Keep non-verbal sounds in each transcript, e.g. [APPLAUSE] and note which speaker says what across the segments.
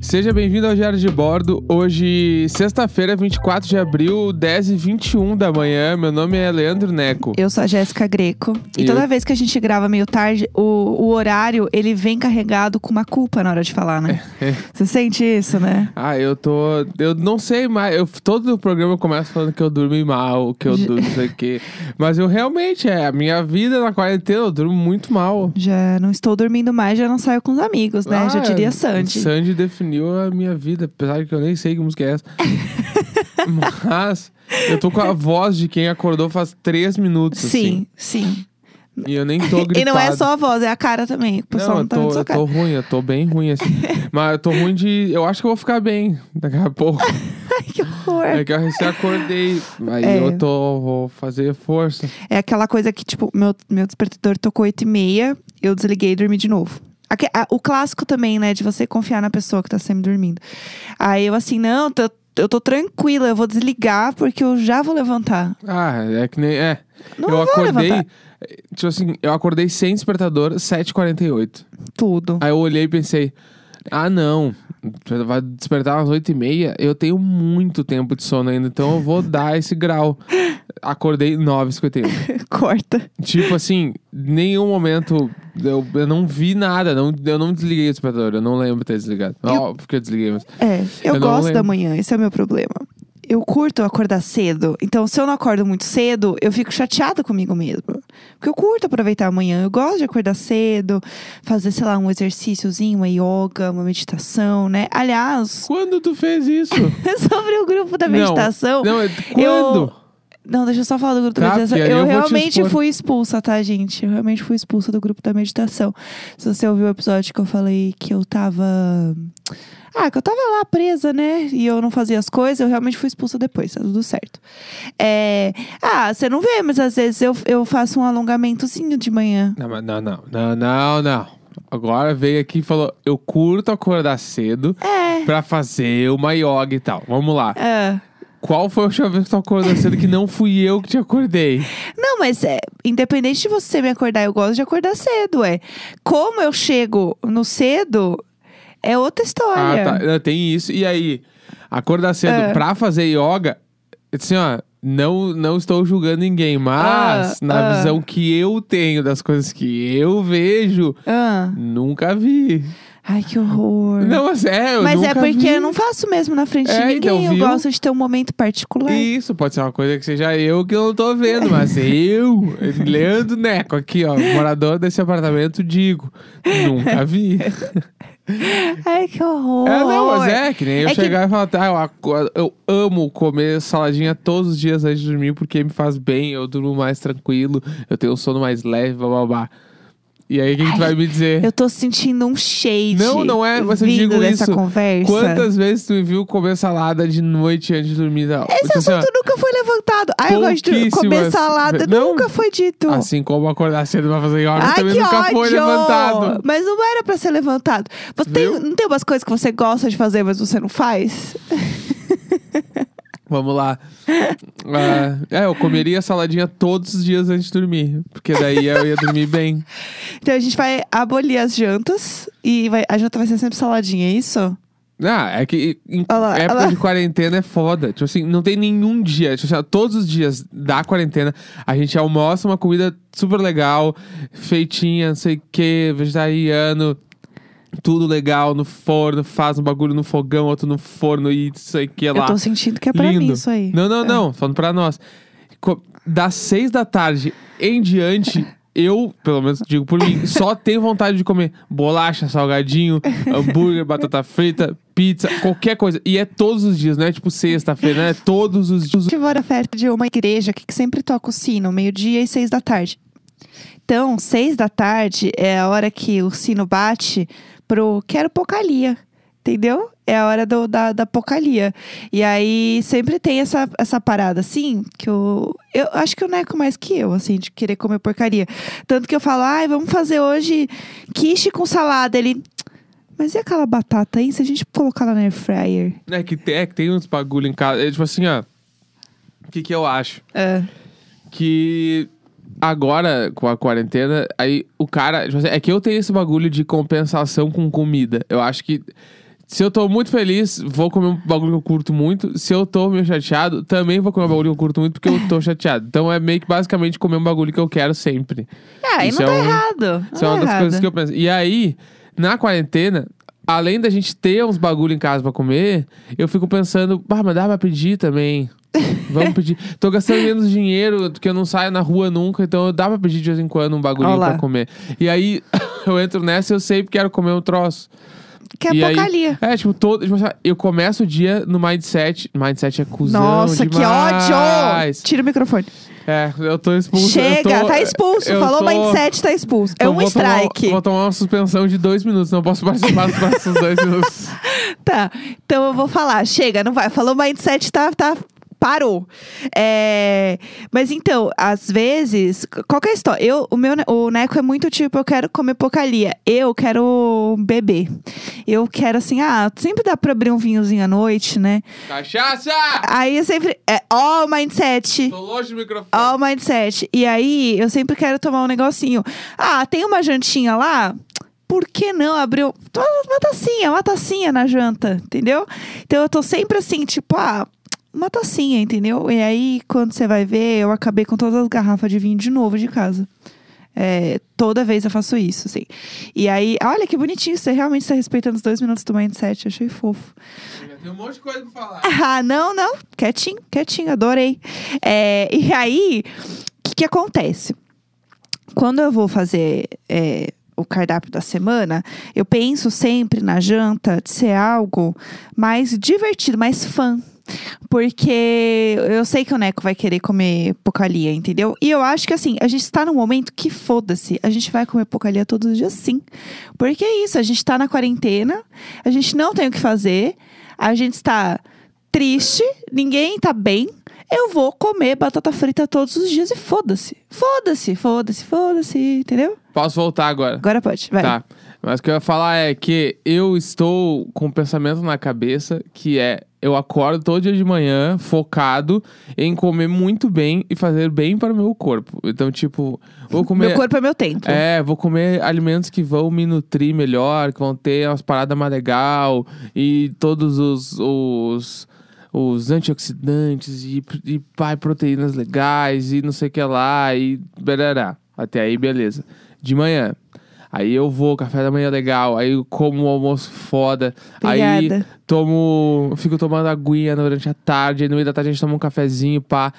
Speaker 1: Seja bem-vindo ao Diário de Bordo. Hoje, sexta-feira, 24 de abril, 10h21 da manhã. Meu nome é Leandro Neco.
Speaker 2: Eu sou a Jéssica Greco. E,
Speaker 1: E
Speaker 2: toda
Speaker 1: eu-
Speaker 2: vez que a gente grava meio tarde, o, o horário, ele vem carregado com uma culpa na hora de falar, né?
Speaker 1: É,
Speaker 2: Você sente isso, né?
Speaker 1: Ah, eu tô. Eu não sei mais. Eu, todo o programa eu começo falando que eu durmo mal, que eu
Speaker 2: Ge-
Speaker 1: durmo não sei o quê. Mas eu realmente, é. A minha vida na quarentena eu durmo muito mal.
Speaker 2: Já não estou dormindo mais, já não saio com os amigos, né? já
Speaker 1: Ah,
Speaker 2: diria Sandy.
Speaker 1: Sandy definiu a minha vida, apesar de que eu nem sei que música
Speaker 2: [LAUGHS]
Speaker 1: é essa. Mas eu tô com a voz de quem acordou faz três minutos.
Speaker 2: Sim, sim.
Speaker 1: assim, e eu nem tô gripado.
Speaker 2: E não é só a voz, é a cara também. O pessoal
Speaker 1: Não,
Speaker 2: não,
Speaker 1: eu
Speaker 2: tá vendo
Speaker 1: tô,
Speaker 2: sua
Speaker 1: eu
Speaker 2: cara.
Speaker 1: tô ruim, eu tô bem ruim assim. Mas eu tô ruim de. Eu acho que eu vou ficar bem daqui a pouco.
Speaker 2: [LAUGHS] Ai, que horror.
Speaker 1: É que eu recém acordei. Aí
Speaker 2: É.
Speaker 1: eu tô. Vou fazer força.
Speaker 2: É aquela coisa que, tipo, meu, meu despertador tocou 8 e meia, eu desliguei e dormi de novo. Aque- a- o clássico também, né, de você confiar na pessoa que tá sempre dormindo. Aí eu assim, não, tô- eu tô tranquila, eu vou desligar porque eu já vou levantar.
Speaker 1: Ah, é que nem. É.
Speaker 2: Não
Speaker 1: eu
Speaker 2: vou
Speaker 1: acordei.
Speaker 2: levantar.
Speaker 1: Tipo assim, eu acordei sem despertador, 7h48.
Speaker 2: Tudo. [LAUGHS]
Speaker 1: Aí eu olhei e pensei, ah não, vai despertar às 8 e meia, eu tenho muito tempo de sono ainda, então eu vou dar esse
Speaker 2: [LAUGHS]
Speaker 1: grau. Acordei 9h51.
Speaker 2: Corta.
Speaker 1: tipo assim, nenhum momento eu, eu não vi nada, não, eu não desliguei o despertador, eu não lembro de ter desligado.
Speaker 2: Eu-
Speaker 1: Óbvio que eu desliguei, mas...
Speaker 2: É, eu,
Speaker 1: Eu não
Speaker 2: gosto da
Speaker 1: lembro.
Speaker 2: manhã, esse é o meu problema. Eu curto acordar cedo, então se eu não acordo muito cedo, eu fico chateada comigo mesma. Porque eu curto aproveitar a manhã, eu gosto de acordar cedo, fazer, sei lá, um exercíciozinho, uma yoga, uma meditação, né? Aliás, [LAUGHS]
Speaker 1: Quando tu fez isso?
Speaker 2: sobre o grupo da
Speaker 1: Não,
Speaker 2: meditação.
Speaker 1: não, é- quando?
Speaker 2: Não, deixa eu só falar do grupo
Speaker 1: Tá,
Speaker 2: da meditação.
Speaker 1: porque aí
Speaker 2: Eu,
Speaker 1: eu vou te
Speaker 2: realmente
Speaker 1: expor.
Speaker 2: fui expulsa, tá, gente? Eu realmente fui expulsa do grupo da meditação. Se você ouviu o episódio que eu falei que eu tava. Ah, que eu tava lá presa, né? E eu não fazia as coisas, eu realmente fui expulsa depois, tá tudo certo. É... Ah, você não vê, mas às vezes eu, eu faço um alongamentozinho de manhã.
Speaker 1: Não, mas não, não, não, não, não. Agora veio aqui e falou, eu curto acordar cedo
Speaker 2: É.
Speaker 1: pra fazer uma yoga e tal. Vamos lá.
Speaker 2: É.
Speaker 1: Qual foi a última vez que tu acordou cedo que não fui eu que te acordei?
Speaker 2: Não, mas é, independente de você me acordar, eu gosto de acordar cedo, é. Como eu chego no cedo é outra história.
Speaker 1: Ah, tá. Tem isso. E aí, acordar cedo
Speaker 2: É.
Speaker 1: pra fazer yoga, assim, ó, não, não estou julgando ninguém, mas
Speaker 2: Ah,
Speaker 1: na
Speaker 2: ah.
Speaker 1: visão que eu tenho das coisas que eu vejo,
Speaker 2: Ah.
Speaker 1: nunca vi.
Speaker 2: Ai, que horror.
Speaker 1: Não, mas é, eu
Speaker 2: mas é
Speaker 1: nunca
Speaker 2: porque
Speaker 1: vi.
Speaker 2: eu não faço mesmo na frente
Speaker 1: É,
Speaker 2: de
Speaker 1: então,
Speaker 2: ninguém. eu
Speaker 1: viu?
Speaker 2: gosto de ter um momento particular.
Speaker 1: Isso, pode ser uma coisa que seja eu que não tô vendo,
Speaker 2: [LAUGHS]
Speaker 1: mas eu, Leandro Neco, aqui, ó, morador desse apartamento, digo, nunca
Speaker 2: [LAUGHS]
Speaker 1: vi.
Speaker 2: Ai, que horror.
Speaker 1: É, não, mas é que nem eu
Speaker 2: É que-
Speaker 1: chegar e falar, tá, eu, acordo- eu amo comer saladinha todos os dias antes de dormir porque me faz bem, eu durmo mais tranquilo, eu tenho um sono mais leve, blá blá blá. E aí, o que, que tu
Speaker 2: Ai,
Speaker 1: vai me dizer?
Speaker 2: Eu tô sentindo um shade.
Speaker 1: Não, não é, mas eu
Speaker 2: vindo
Speaker 1: digo
Speaker 2: dessa
Speaker 1: isso.
Speaker 2: conversa.
Speaker 1: Quantas vezes tu me viu comer salada de noite antes de dormir? Não,
Speaker 2: Esse
Speaker 1: tipo assim, ó,
Speaker 2: assunto nunca foi levantado. Ai, eu gosto de comer
Speaker 1: pouquíssimas-
Speaker 2: salada.
Speaker 1: Não.
Speaker 2: nunca foi dito.
Speaker 1: Assim como acordar cedo pra fazer yoga
Speaker 2: é Ai,
Speaker 1: também
Speaker 2: que
Speaker 1: nunca
Speaker 2: ódio!
Speaker 1: foi levantado.
Speaker 2: Mas não era pra ser levantado. Você tem,
Speaker 1: Viu?
Speaker 2: não tem umas coisas que você gosta de fazer, mas você não faz?
Speaker 1: Vamos lá. Ah, é, eu comeria saladinha todos os dias antes de dormir, porque daí eu ia dormir bem.
Speaker 2: Então a gente vai abolir as jantas e vai- a janta vai ser sempre saladinha, é isso?
Speaker 1: Ah, é que em
Speaker 2: Olha lá,
Speaker 1: época
Speaker 2: olha lá.
Speaker 1: de quarentena é foda. Tipo assim, não tem nenhum dia. Tipo assim, ó, todos os dias da quarentena, a gente almoça uma comida super legal, feitinha, não sei o que, vegetariano. Tudo legal no forno, faz um bagulho no fogão, outro no forno e não sei o que lá.
Speaker 2: Eu tô sentindo que é pra
Speaker 1: Lindo.
Speaker 2: mim isso aí.
Speaker 1: Não, não, não. Falando pra nós. Co- Das seis da tarde em diante, eu, pelo menos digo por mim, só tenho vontade de comer bolacha, salgadinho, hambúrguer, batata frita, pizza, qualquer coisa. E é todos os dias, não é tipo sexta-feira, né? É todos os dias.
Speaker 2: Eu moro perto de uma igreja que sempre toca o sino, meio-dia e seis da tarde. Então, seis da tarde é a hora que o sino bate pro Quero Pocalia, entendeu? É a hora do- da, da Pocalia. E aí sempre tem essa, essa parada, assim, que eu, eu acho que o Neco mais que eu, assim, de querer comer porcaria. Tanto que eu falo, ai, vamos fazer hoje quiche com salada. Ele. Mas e aquela batata aí? Se a gente colocar ela na air fryer?
Speaker 1: É que, tem- é que tem uns bagulho em casa. É tipo assim, ó. O que, que eu acho?
Speaker 2: É.
Speaker 1: que agora, com a quarentena, aí o cara. tipo assim, É que eu tenho esse bagulho de compensação com comida. Eu acho que. se- Se eu tô muito feliz, vou comer um bagulho que eu curto muito. Se eu tô meio chateado, também vou comer um bagulho que eu curto muito porque eu tô chateado. Então é meio que basicamente comer um bagulho que eu quero sempre.
Speaker 2: É, e
Speaker 1: Isso
Speaker 2: não
Speaker 1: é
Speaker 2: tá
Speaker 1: um-
Speaker 2: errado.
Speaker 1: Isso é
Speaker 2: não
Speaker 1: uma
Speaker 2: tá
Speaker 1: das
Speaker 2: errado.
Speaker 1: coisas que eu penso. E aí, na quarentena, além da gente ter uns bagulho em casa pra comer, eu fico pensando, ah, mas dá pra pedir também. Vamos pedir. Tô gastando menos dinheiro, porque eu não saio na rua nunca, então dá pra pedir de vez em quando um bagulhinho
Speaker 2: Ó lá.
Speaker 1: pra comer. E aí, [COUGHS] eu entro nessa e eu sei que quero comer um troço.
Speaker 2: Que é
Speaker 1: e aí-
Speaker 2: apocalia.
Speaker 1: É, tipo, todo, tipo, assim, eu começo o dia no mindset. Mindset é cuzão
Speaker 2: Nossa,
Speaker 1: demais.
Speaker 2: que ódio! Tira o microfone.
Speaker 1: É, eu tô expulso.
Speaker 2: Chega,
Speaker 1: eu tô-
Speaker 2: tá expulso.
Speaker 1: eu
Speaker 2: Falou
Speaker 1: tô-
Speaker 2: mindset, tá expulso. É
Speaker 1: eu
Speaker 2: um
Speaker 1: Então vou tomar-
Speaker 2: strike.
Speaker 1: vou tomar uma suspensão de dois minutos. Não posso participar dos próximos dois minutos.
Speaker 2: Tá, então eu vou falar. Chega, não vai. Falou mindset, tá, tá, parou. É, Mas então, às vezes, qualquer história. Eu, o meu, ne- o Neco é muito tipo, eu quero comer porcaria. Eu quero beber. Eu quero assim, ah, sempre dá pra abrir um vinhozinho à noite, né?
Speaker 1: [LAUGHS] Cachaça!
Speaker 2: Aí eu sempre, é, ó, o mindset.
Speaker 1: Tô longe do microfone.
Speaker 2: Ó, o mindset. E aí, eu sempre quero tomar um negocinho. Ah, tem uma jantinha lá? Por que não abrir um- toma uma tacinha, uma tacinha na janta, entendeu? Então eu tô sempre assim, tipo, ah, uma tacinha, entendeu? E aí, quando você vai ver, eu acabei com todas as garrafas de vinho de novo de casa. É, toda vez eu faço isso, assim. E aí, olha que bonitinho, você realmente está respeitando os dois minutos do mindset, achei fofo.
Speaker 1: Tem um monte de coisa pra falar.
Speaker 2: [LAUGHS] Ah, não, não. Quietinho, quietinho, adorei. É, e aí, o que, que acontece? Quando eu vou fazer é, o cardápio da semana, eu penso sempre na janta de ser algo mais divertido, mais fã. Porque eu sei que o Neco vai querer comer porcaria, entendeu? E eu acho que assim, a gente tá num momento que foda-se. A gente vai comer porcaria todos os dias, sim. Porque é isso, a gente tá na quarentena, a gente não tem o que fazer, a gente tá está triste, ninguém tá bem. Eu vou comer batata frita todos os dias e foda-se. Foda-se, foda-se, foda-se, entendeu?
Speaker 1: Posso voltar agora?
Speaker 2: Agora pode, vai.
Speaker 1: Tá. Mas o que eu ia falar é que eu estou com um pensamento na cabeça que é eu acordo todo dia de manhã focado em comer muito bem e fazer bem para o meu corpo. Então, tipo, vou comer.
Speaker 2: Meu corpo é meu tempo.
Speaker 1: É, vou comer alimentos que vão me nutrir melhor, que vão ter umas paradas mais legal e todos os, os, os antioxidantes e, e pá, proteínas legais e não sei o que lá e berará. Até aí, beleza. De manhã. Aí eu vou, café da manhã legal, aí eu como um almoço foda. Aí
Speaker 2: Obrigada.
Speaker 1: tomo. Fico tomando aguinha durante a tarde, aí no meio da tarde a gente toma um cafezinho, pá.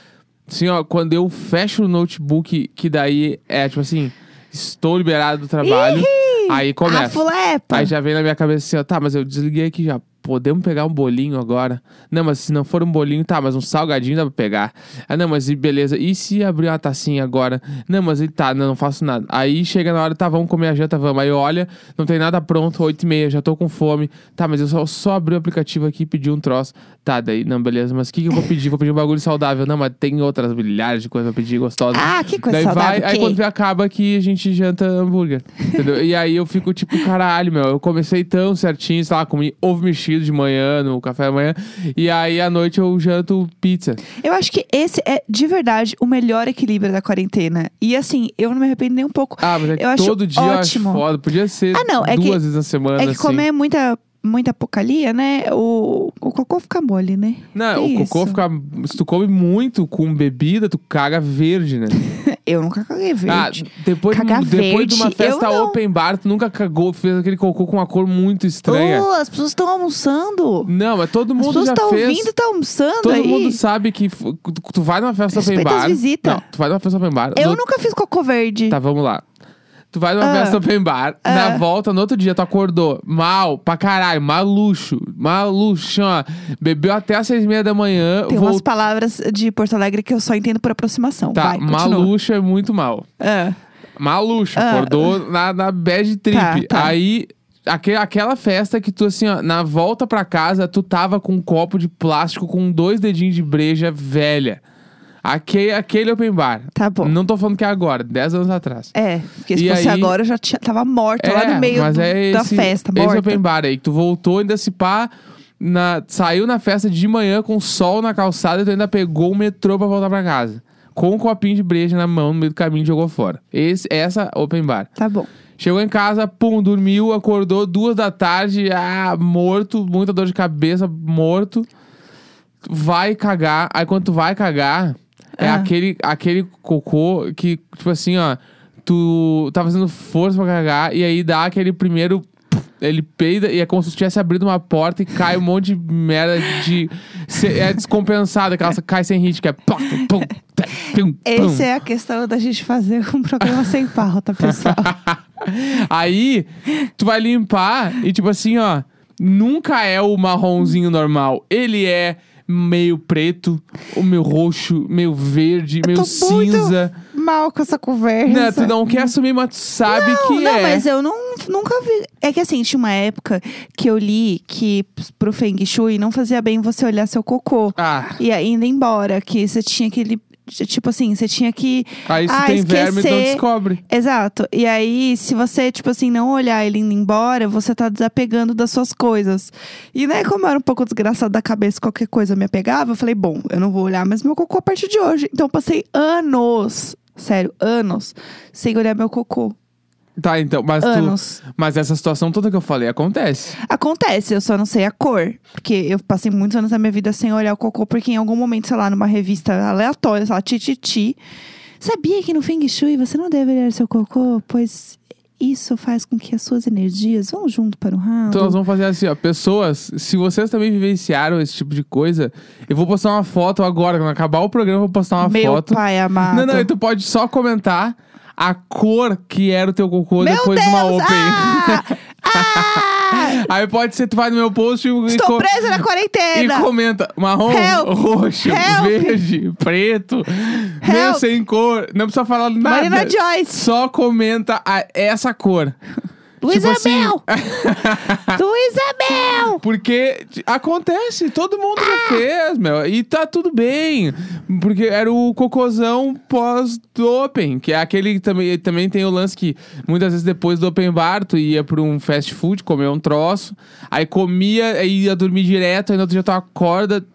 Speaker 1: Assim, ó, quando eu fecho o notebook, que daí é tipo assim, estou liberado do trabalho. Aí
Speaker 2: A é,
Speaker 1: começa.
Speaker 2: fulepa.
Speaker 1: Aí já vem na minha cabeça assim, ó, tá, mas eu desliguei aqui já. Podemos pegar um bolinho agora? Não, mas se não for um bolinho, tá, mas um salgadinho dá pra pegar. Ah, não, mas e beleza. E se abrir uma tacinha agora? Não, mas e tá, não, não faço nada. Aí chega na hora, tá, vamos comer a janta, vamos. Aí olha, não tem nada pronto, 8 e meia, já tô com fome. Tá, mas eu só, só abri o aplicativo aqui e pedi um troço. Tá, daí, não, beleza, mas o que, que eu vou pedir? Vou pedir um bagulho saudável. Não, mas tem outras milhares de coisas pra pedir gostosas.
Speaker 2: Ah, que coisa
Speaker 1: Daí
Speaker 2: saudável.
Speaker 1: vai, aí
Speaker 2: ok.
Speaker 1: quando vê, acaba que a gente janta hambúrguer. Entendeu? e aí eu fico tipo, caralho, meu, eu comecei tão certinho, sei lá, comi ovo mexido de manhã, no café da manhã, e aí à noite eu janto pizza.
Speaker 2: Eu acho que esse é, de verdade, o melhor equilíbrio da quarentena. E assim, eu não me arrependo nem um pouco.
Speaker 1: Ah, mas é
Speaker 2: Eu
Speaker 1: que
Speaker 2: acho
Speaker 1: todo dia
Speaker 2: ótimo.
Speaker 1: eu acho foda. Podia ser
Speaker 2: Ah, não, é que-
Speaker 1: duas vezes na semana,
Speaker 2: é que
Speaker 1: assim.
Speaker 2: comer muita, muita porcaria, né? O, o cocô fica mole, né?
Speaker 1: Não,
Speaker 2: Tem
Speaker 1: o cocô
Speaker 2: isso.
Speaker 1: fica. Se tu come muito com bebida, tu caga verde, né?
Speaker 2: Eu nunca caguei
Speaker 1: Ah,
Speaker 2: verde.
Speaker 1: depois, de-
Speaker 2: Cagar
Speaker 1: depois de uma
Speaker 2: verde, eu
Speaker 1: festa
Speaker 2: não.
Speaker 1: open bar, tu nunca cagou, fez aquele cocô com uma cor muito estranha.
Speaker 2: Oh, as pessoas estão almoçando.
Speaker 1: Não, mas todo
Speaker 2: As
Speaker 1: mundo
Speaker 2: pessoas
Speaker 1: já
Speaker 2: estão
Speaker 1: fez.
Speaker 2: ouvindo e estão almoçando
Speaker 1: Todo
Speaker 2: aí.
Speaker 1: mundo sabe que f- tu- tu vai numa festa open
Speaker 2: Respeita as
Speaker 1: bar.
Speaker 2: visitas.
Speaker 1: Não, tu vai numa festa open bar.
Speaker 2: Eu
Speaker 1: no-
Speaker 2: nunca fiz cocô verde.
Speaker 1: Tá, vamos lá. Tu vai numa
Speaker 2: Ah.
Speaker 1: festa open bar, na
Speaker 2: Ah.
Speaker 1: volta, no outro dia, tu acordou mal pra caralho, maluxo, maluxo, ó. Bebeu até às seis e meia da manhã,
Speaker 2: Tem umas
Speaker 1: voltou.
Speaker 2: palavras de Porto Alegre que eu só entendo por aproximação.
Speaker 1: Tá,
Speaker 2: Vai, continua.
Speaker 1: maluxo é muito mal.
Speaker 2: Ah,
Speaker 1: Maluxo,
Speaker 2: Ah.
Speaker 1: acordou na, na bad trip.
Speaker 2: Tá, tá.
Speaker 1: Aí, aque- aquela festa que tu, assim, ó, na volta pra casa, tu tava com um copo de plástico com dois dedinhos de breja velha. Aquele, aquele open bar.
Speaker 2: tá bom.
Speaker 1: Não tô falando que é agora, 10 anos atrás.
Speaker 2: É, porque se
Speaker 1: E
Speaker 2: fosse
Speaker 1: aí-
Speaker 2: agora eu já tinha, tava morta lá no meio
Speaker 1: mas
Speaker 2: do-
Speaker 1: é
Speaker 2: da
Speaker 1: esse-
Speaker 2: festa,
Speaker 1: Esse
Speaker 2: morta.
Speaker 1: open bar aí, que tu voltou ainda se pá. Na, saiu na festa de manhã com sol na calçada e tu ainda pegou o metrô pra voltar pra casa. Com um copinho de breja na mão, no meio do caminho, e jogou fora. Esse, essa open bar.
Speaker 2: Tá bom.
Speaker 1: Chegou em casa, pum, dormiu, acordou duas da tarde, ah, morto, muita dor de cabeça, morto. Vai cagar. Aí quando tu vai cagar, é
Speaker 2: Ah.
Speaker 1: aquele, aquele cocô que, tipo assim, ó, tu tá fazendo força pra cagar e aí dá aquele primeiro. Ele peida e é como se tu tivesse abrido uma porta e cai um monte de merda de. se- É descompensada, aquela cai sem ritmo, que é. pá, pum, tá, pum, pum.
Speaker 2: Essa é a questão da gente fazer um [LAUGHS] programa sem pauta,
Speaker 1: [LAUGHS]
Speaker 2: pessoal.
Speaker 1: Aí, tu vai limpar e tipo assim, ó. Nunca é o marronzinho normal. Ele é meio preto, o meio roxo, meio verde, meio
Speaker 2: Tô
Speaker 1: cinza.
Speaker 2: muito mal com essa conversa.
Speaker 1: Não, Né, tu não quer assumir, mas tu sabe
Speaker 2: Não,
Speaker 1: que
Speaker 2: não,
Speaker 1: é.
Speaker 2: mas eu não, nunca vi. É que assim, tinha uma época que eu li que pro Feng Shui não fazia bem você olhar seu cocô
Speaker 1: Ah,
Speaker 2: e ainda embora, que você tinha que. li- Tipo assim, você tinha que.
Speaker 1: aí se
Speaker 2: Ah,
Speaker 1: tem verme, não
Speaker 2: esquecer.
Speaker 1: descobre.
Speaker 2: Exato. E aí, se você, tipo assim, não olhar ele indo embora, você tá desapegando das suas coisas. E né, como eu era um pouco desgraçado da cabeça, qualquer coisa me apegava, eu falei, bom, eu não vou olhar mais meu cocô a partir de hoje. Então eu passei anos, sério, anos, sem olhar meu cocô.
Speaker 1: Tá, então, mas tu.
Speaker 2: Anos. Tá
Speaker 1: Mas essa situação toda que eu falei acontece.
Speaker 2: Acontece, eu só não sei a cor. Porque eu passei muitos anos da minha vida sem olhar o cocô, porque em algum momento, sei lá, numa revista aleatória, sei lá, tititi. Sabia que no Feng Shui você não deve olhar seu cocô, pois isso faz com que as suas energias vão junto para o round.
Speaker 1: Então nós vamos fazer assim, ó. Pessoas, se vocês também vivenciaram esse tipo de coisa, eu vou postar uma foto agora. Quando acabar o programa, eu vou postar uma
Speaker 2: Meu
Speaker 1: foto.
Speaker 2: pai amado.
Speaker 1: Não, então, não, e tu pode só comentar a cor que era o teu cocô
Speaker 2: Meu
Speaker 1: depois
Speaker 2: Deus!
Speaker 1: de uma open.
Speaker 2: Ah! Ah!
Speaker 1: [LAUGHS] Aí pode ser, tu vai no meu post e, [LAUGHS] e,
Speaker 2: Estou
Speaker 1: co-
Speaker 2: presa na
Speaker 1: e
Speaker 2: quarentena!
Speaker 1: comenta marrom,
Speaker 2: Help!
Speaker 1: roxo,
Speaker 2: Help!
Speaker 1: verde, preto, meio
Speaker 2: Help!
Speaker 1: sem cor. Não precisa falar nada.
Speaker 2: Marina Joyce!
Speaker 1: Só comenta a- essa cor. tipo
Speaker 2: Luísa
Speaker 1: assim- [LAUGHS]
Speaker 2: Mel! Luísa Mel!
Speaker 1: Porque t- acontece, todo mundo já fez, meu. E tá tudo bem. Porque era o cocôzão pós-doping, que é aquele que também, também tem o lance que muitas vezes depois do open bar, tu ia pra um fast food, comer um troço, aí comia, aí ia dormir direto, aí no outro dia tu acorda.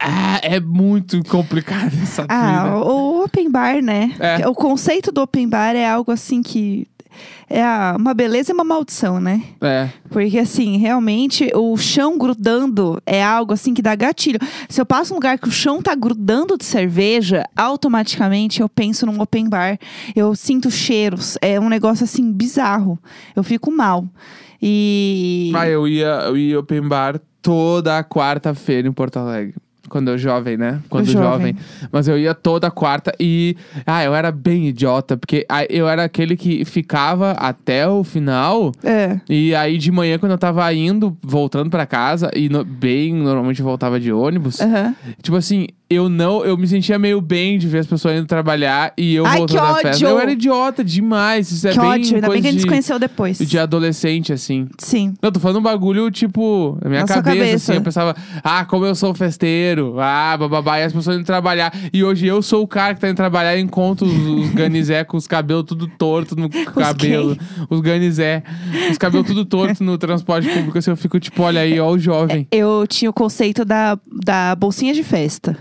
Speaker 1: Ah, é muito complicado [LAUGHS] essa
Speaker 2: Ah,
Speaker 1: vida.
Speaker 2: o open bar, né?
Speaker 1: né? É.
Speaker 2: O conceito do open bar é algo assim que é a- uma beleza e uma maldição, né?
Speaker 1: É.
Speaker 2: Porque assim, realmente o chão grudando é algo assim que dá gatilho. Se eu passo um lugar que o chão tá grudando de cerveja, automaticamente eu penso num open bar. Eu sinto cheiros, é um negócio assim bizarro. Eu fico mal. E
Speaker 1: Ah, eu ia, eu ia open bar toda quarta-feira em Porto Alegre. Quando eu jovem, né? Quando
Speaker 2: Jovem.
Speaker 1: Mas eu ia toda quarta e. Ah, eu era bem idiota, porque ah, eu era aquele que ficava até o final.
Speaker 2: é.
Speaker 1: E aí de manhã, quando eu tava indo, voltando pra casa, e no- bem, normalmente eu voltava de ônibus.
Speaker 2: aham.
Speaker 1: Tipo assim, eu não. Eu me sentia meio bem de ver as pessoas indo trabalhar e eu
Speaker 2: Ai,
Speaker 1: voltando
Speaker 2: que
Speaker 1: da festa.
Speaker 2: ódio!
Speaker 1: Eu era idiota demais. Isso é
Speaker 2: que
Speaker 1: bem
Speaker 2: ódio, ainda bem
Speaker 1: coisa
Speaker 2: que a gente se
Speaker 1: de,
Speaker 2: conheceu depois.
Speaker 1: de adolescente, assim.
Speaker 2: Sim.
Speaker 1: Não, tô falando um bagulho, tipo, na minha
Speaker 2: Na sua
Speaker 1: cabeça,
Speaker 2: cabeça.
Speaker 1: assim. Eu pensava, ah, como eu sou festeiro, ah, bababá, e as pessoas indo trabalhar. E hoje eu sou o cara que tá indo trabalhar e encontro os, os ganizé com os cabelos tudo torto
Speaker 2: [LAUGHS]
Speaker 1: no cabelo. Os ganizé, os cabelos tudo torto no transporte público. Assim, eu fico tipo, olha aí, ó o jovem.
Speaker 2: Eu tinha o conceito da, da bolsinha de festa.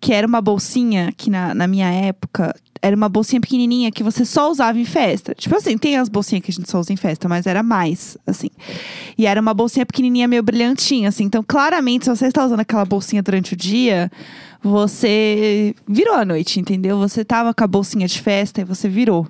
Speaker 2: Que era uma bolsinha que na, na minha época era uma bolsinha pequenininha que você só usava em festa. Tipo assim, tem as bolsinhas que a gente só usa em festa, mas era mais, assim. E era uma bolsinha pequenininha, meio brilhantinha, assim. Então, claramente, se você está usando aquela bolsinha durante o dia, você virou a noite, entendeu? Você tava com a bolsinha de festa e você virou.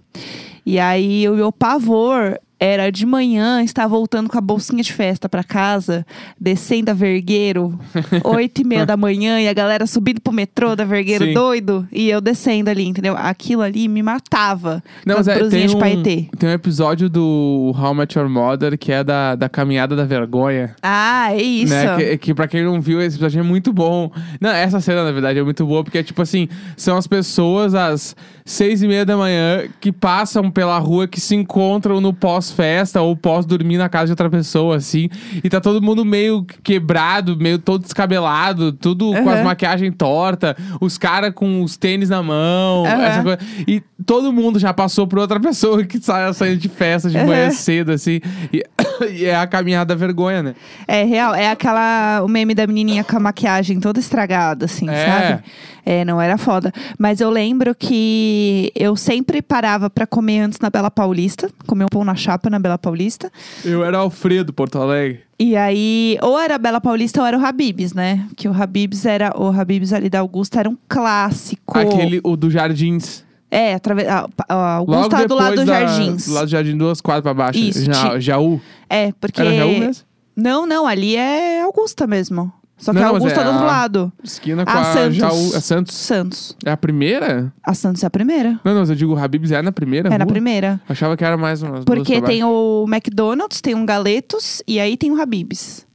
Speaker 2: E aí, o meu pavor era de manhã estar voltando com a bolsinha de festa pra casa, descendo a
Speaker 1: [LAUGHS]
Speaker 2: Vergueiro, oito e meia da manhã, e a galera subindo pro metrô da Vergueiro
Speaker 1: Sim.
Speaker 2: doido, e eu descendo ali, entendeu? Aquilo ali me matava.
Speaker 1: Não, mas
Speaker 2: com a
Speaker 1: é,
Speaker 2: brusinha
Speaker 1: tem,
Speaker 2: de
Speaker 1: um,
Speaker 2: paetê.
Speaker 1: tem um episódio do How I Met Your Mother que é da, da caminhada da vergonha.
Speaker 2: Ah, é isso.
Speaker 1: Né? Que, que pra quem não viu, esse episódio é muito bom. Não, essa cena, na verdade, é muito boa, porque é tipo assim, são as pessoas às seis e meia da manhã que passam pela rua, que se encontram no pós-festa ou pós-dormir na casa de outra pessoa, assim. E tá todo mundo meio quebrado, meio todo descabelado, tudo com as
Speaker 2: Aham.
Speaker 1: maquiagens torta, os caras com os tênis na mão,
Speaker 2: Aham.
Speaker 1: essa coisa. E [LAUGHS] todo mundo já passou por outra pessoa que sai saindo de festa de manhã
Speaker 2: Aham.
Speaker 1: cedo, assim. E [COUGHS] e é a caminhada vergonha, né?
Speaker 2: É real, é aquela o meme da menininha com a maquiagem toda estragada, assim,
Speaker 1: É.
Speaker 2: sabe? É, não era foda. Mas eu lembro que eu sempre parava pra comer antes na Bela Paulista, comer um pão na chapa na Bela Paulista.
Speaker 1: Eu era Alfredo, Porto Alegre.
Speaker 2: E aí, ou era a Bela Paulista ou era o Habibs, né? Que o Habibs era, o Habibs ali da Augusta era um clássico.
Speaker 1: Aquele, o do Jardins.
Speaker 2: É, através a, a Augusta
Speaker 1: Logo
Speaker 2: do lado
Speaker 1: depois
Speaker 2: do
Speaker 1: da-
Speaker 2: Jardins.
Speaker 1: Do lado do Jardim, duas quadras pra baixo.
Speaker 2: Isso,
Speaker 1: Ja,
Speaker 2: ti-
Speaker 1: Jaú.
Speaker 2: É, porque
Speaker 1: Era Jaú mesmo?
Speaker 2: Não, não, ali é Augusta mesmo. Só que
Speaker 1: Não,
Speaker 2: a
Speaker 1: não, mas
Speaker 2: Augusta
Speaker 1: é
Speaker 2: do outro
Speaker 1: a-
Speaker 2: lado.
Speaker 1: Esquina com
Speaker 2: Ah,
Speaker 1: a
Speaker 2: Santos.
Speaker 1: Jaú. A Santos.
Speaker 2: Santos.
Speaker 1: É a primeira?
Speaker 2: A Santos é a primeira.
Speaker 1: Não, não, mas eu digo, o Habibs é na primeira
Speaker 2: É na
Speaker 1: rua?
Speaker 2: primeira.
Speaker 1: Achava que era mais umas duas
Speaker 2: Porque
Speaker 1: pra
Speaker 2: tem o McDonald's, tem um Galetos e aí tem o Habib's.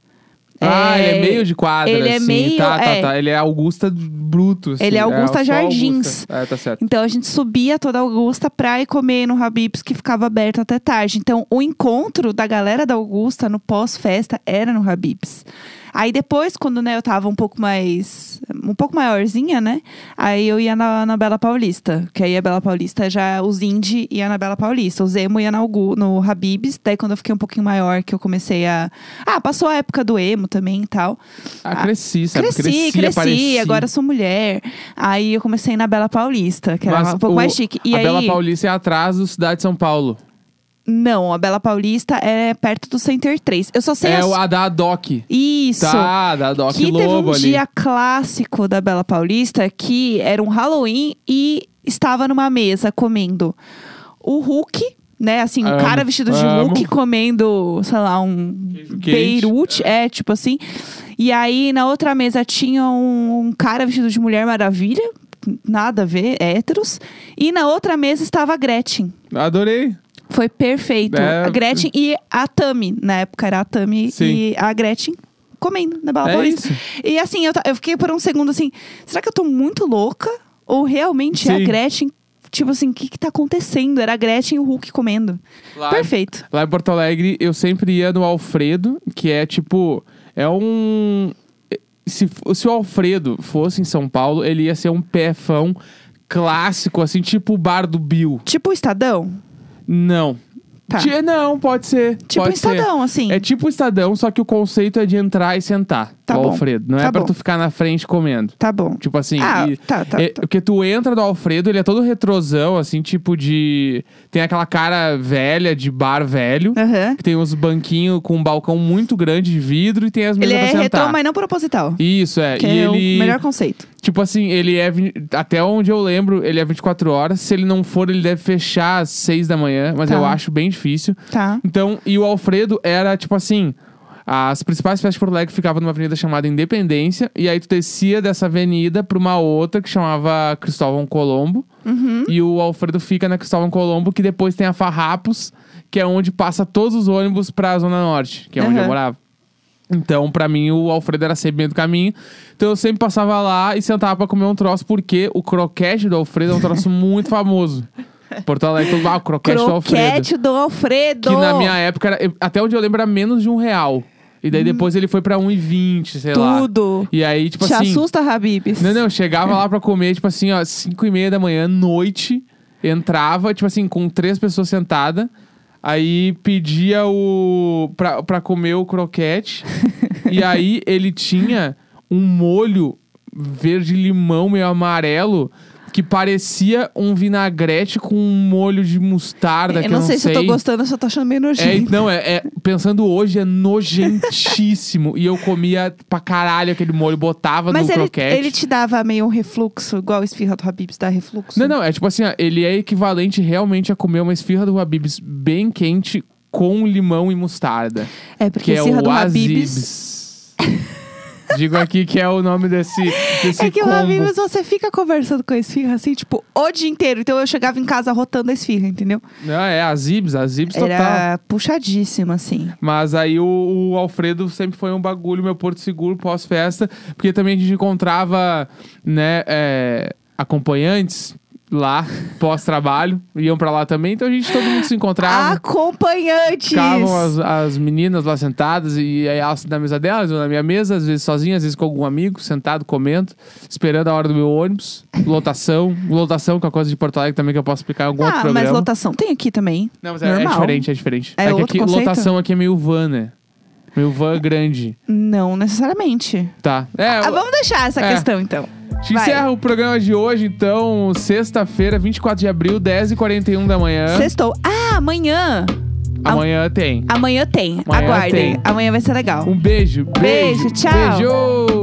Speaker 1: Ah, ele é meio de quadra,
Speaker 2: ele é
Speaker 1: assim.
Speaker 2: meio-
Speaker 1: Tá, tá,
Speaker 2: é.
Speaker 1: tá. Ele é Augusta Bruto, assim.
Speaker 2: Ele é Augusta
Speaker 1: só
Speaker 2: Jardins.
Speaker 1: Augusta. É, tá certo.
Speaker 2: Então a gente subia toda Augusta pra ir comer no Habib's que ficava aberto até tarde. Então o encontro da galera da Augusta no pós-festa era no Habib's. Aí depois, quando né, eu tava um pouco mais. um pouco maiorzinha, né? Aí eu ia na, na Bela Paulista. Que aí a Bela Paulista já. Os indie ia na Bela Paulista. O Zemo ia na, Augu- no Habib's. Daí quando eu fiquei um pouquinho maior, que eu comecei a. Ah, passou a época do emo também e tal.
Speaker 1: Ah, cresci, sabe?
Speaker 2: Cresci,
Speaker 1: cresci,
Speaker 2: cresci,
Speaker 1: apareci.
Speaker 2: agora sou mulher. Aí eu comecei na Bela Paulista, que era
Speaker 1: Mas
Speaker 2: um pouco
Speaker 1: o-
Speaker 2: mais chique. E
Speaker 1: a
Speaker 2: aí,
Speaker 1: Bela Paulista é atrás do Cidade de São Paulo.
Speaker 2: não, a Bela Paulista é perto do Center 3. Eu só sei
Speaker 1: é
Speaker 2: as...
Speaker 1: o a da Adoc.
Speaker 2: Isso.
Speaker 1: Tá, da Adoc
Speaker 2: que teve
Speaker 1: Lobo
Speaker 2: um
Speaker 1: ali.
Speaker 2: dia clássico da Bela Paulista que era um Halloween e estava numa mesa comendo o Hulk, né? Assim,
Speaker 1: Amo,
Speaker 2: o cara vestido de
Speaker 1: amo.
Speaker 2: Hulk comendo, sei lá, um
Speaker 1: Queijo quente.
Speaker 2: Beirute, é, tipo assim. E aí na outra mesa tinha um, um cara vestido de Mulher Maravilha, nada a ver, héteros. E na outra mesa estava a Gretchen.
Speaker 1: Adorei.
Speaker 2: Foi perfeito.
Speaker 1: É.
Speaker 2: A Gretchen e a Tami. Na época era a Tami
Speaker 1: Sim.
Speaker 2: e a Gretchen comendo na Bala
Speaker 1: É
Speaker 2: Paulista. E assim, eu, ta- eu fiquei por um segundo assim: será que eu tô muito louca? Ou realmente é a
Speaker 1: Sim.
Speaker 2: Gretchen? Tipo assim, o que que tá acontecendo? Era a Gretchen e o Hulk comendo.
Speaker 1: Lá,
Speaker 2: Perfeito.
Speaker 1: lá em Porto Alegre, eu sempre ia no Alfredo, que é tipo. É um. Se, fo- se o Alfredo fosse em São Paulo, ele ia ser um pefão clássico, assim, tipo o bar do Bill.
Speaker 2: Tipo o Estadão?
Speaker 1: Não.
Speaker 2: Tá.
Speaker 1: Ti- Não, pode ser.
Speaker 2: Tipo o
Speaker 1: pode ser.
Speaker 2: Estadão, assim.
Speaker 1: É tipo o Estadão, só que o conceito é de entrar e sentar.
Speaker 2: Tá
Speaker 1: o
Speaker 2: bom.
Speaker 1: Alfredo. Não é
Speaker 2: Tá
Speaker 1: pra
Speaker 2: bom.
Speaker 1: tu ficar na frente comendo.
Speaker 2: Tá bom.
Speaker 1: Tipo assim.
Speaker 2: Ah,
Speaker 1: e-
Speaker 2: tá, tá,
Speaker 1: é-
Speaker 2: tá.
Speaker 1: Porque tu entra no Alfredo, ele é todo retrosão, assim, tipo de. Tem aquela cara velha, de bar velho.
Speaker 2: Aham.
Speaker 1: Que tem uns banquinhos com um balcão muito grande de vidro e tem as
Speaker 2: Ele
Speaker 1: mesas
Speaker 2: é
Speaker 1: pra sentar.
Speaker 2: retrô, mas não proposital.
Speaker 1: Isso, é.
Speaker 2: que
Speaker 1: e
Speaker 2: é
Speaker 1: ele.
Speaker 2: o melhor conceito.
Speaker 1: Tipo assim, ele é. vin- Até onde eu lembro, ele é 24 horas. Se ele não for, ele deve fechar às 6 da manhã, mas
Speaker 2: Tá.
Speaker 1: eu acho bem difícil.
Speaker 2: Tá.
Speaker 1: Então, e o Alfredo era tipo assim. As principais festas de Porto Alegre ficavam numa avenida chamada Independência, e aí tu descia dessa avenida pra uma outra que chamava Cristóvão Colombo.
Speaker 2: Uhum.
Speaker 1: E o Alfredo fica na Cristóvão Colombo, que depois tem a Farrapos, que é onde passa todos os ônibus pra Zona Norte, que é onde eu
Speaker 2: Aham.
Speaker 1: morava. Então, pra mim, o Alfredo era sempre meio do caminho. Então, eu sempre passava lá e sentava pra comer um troço, porque o croquete do Alfredo é um troço [LAUGHS] muito famoso. Porto Alegre, todo, ah, o croquete, do Alfredo.
Speaker 2: Croquete do Alfredo.
Speaker 1: Que na minha época, era- eu- até onde eu lembro, era menos de um real. E daí depois ele foi pra 1,20, sei lá.
Speaker 2: Hum. Tudo.
Speaker 1: E aí, tipo
Speaker 2: Te
Speaker 1: assim.
Speaker 2: assusta, Habibs.
Speaker 1: Não, não, eu chegava lá pra comer, tipo assim, ó, 5 e meia da manhã, noite. Entrava, tipo assim, com três pessoas sentadas. Aí pedia o. pra, pra comer o croquete.
Speaker 2: [LAUGHS]
Speaker 1: e aí ele tinha um molho verde limão, meio amarelo. Que parecia um vinagrete com um molho de mostarda.
Speaker 2: Eu
Speaker 1: que
Speaker 2: não
Speaker 1: eu não
Speaker 2: sei,
Speaker 1: sei
Speaker 2: se eu tô gostando, eu só tô achando meio
Speaker 1: é,
Speaker 2: nojento.
Speaker 1: não, é, é- pensando hoje, é nojentíssimo. e eu comia pra caralho aquele molho, botava
Speaker 2: Mas
Speaker 1: no
Speaker 2: ele,
Speaker 1: croquete.
Speaker 2: ele te dava meio um refluxo, igual a esfirra do Habibs dá refluxo?
Speaker 1: Não, não, é tipo assim, ó, ele é equivalente realmente a comer uma esfirra do Habibs bem quente com limão e mostarda.
Speaker 2: É porque
Speaker 1: que
Speaker 2: a
Speaker 1: é
Speaker 2: esfirra
Speaker 1: o
Speaker 2: do Habibs...
Speaker 1: Azibs. Digo aqui que é o nome desse, desse
Speaker 2: [LAUGHS] É que
Speaker 1: combo.
Speaker 2: o Habibs você fica conversando com a esfirra assim, tipo, o dia inteiro. Então eu chegava em casa rotando a esfirra, entendeu?
Speaker 1: Não, é Azibs, Azibs total.
Speaker 2: Era puxadíssima, assim.
Speaker 1: Mas aí o, o Alfredo sempre foi um bagulho, meu porto seguro pós-festa, porque também a gente encontrava, né, é, acompanhantes lá, [LAUGHS] pós-trabalho, iam pra lá também, então a gente todo mundo se
Speaker 2: Ah,
Speaker 1: encontrava.
Speaker 2: Acompanhantes!
Speaker 1: Ficavam as, as meninas lá sentadas e aí elas na mesa delas, eu na minha mesa, às vezes sozinha, às vezes com algum amigo, sentado, comendo, esperando a hora do meu ônibus. Lotação, lotação, que é uma coisa de Porto Alegre também que eu posso explicar em algum outro
Speaker 2: ah,
Speaker 1: programa.
Speaker 2: mas lotação tem aqui também.
Speaker 1: Não, mas é, é
Speaker 2: normal.
Speaker 1: diferente, é diferente.
Speaker 2: É
Speaker 1: que
Speaker 2: outro
Speaker 1: aqui,
Speaker 2: conceito?
Speaker 1: lotação aqui é meio van, né? Meio van grande.
Speaker 2: Não necessariamente.
Speaker 1: Tá. É,
Speaker 2: Ah, vamos deixar essa
Speaker 1: É.
Speaker 2: questão então.
Speaker 1: Te
Speaker 2: Vai.
Speaker 1: encerra o programa de hoje, então, sexta-feira, 24 de abril, 10h41 da manhã.
Speaker 2: Sextou. Ah, amanhã!
Speaker 1: Amanhã tem.
Speaker 2: Amanhã tem.
Speaker 1: Amanhã
Speaker 2: Aguardem.
Speaker 1: tem.
Speaker 2: Amanhã vai ser legal.
Speaker 1: Um beijo.
Speaker 2: Ah. Beijo, tchau.
Speaker 1: Beijo.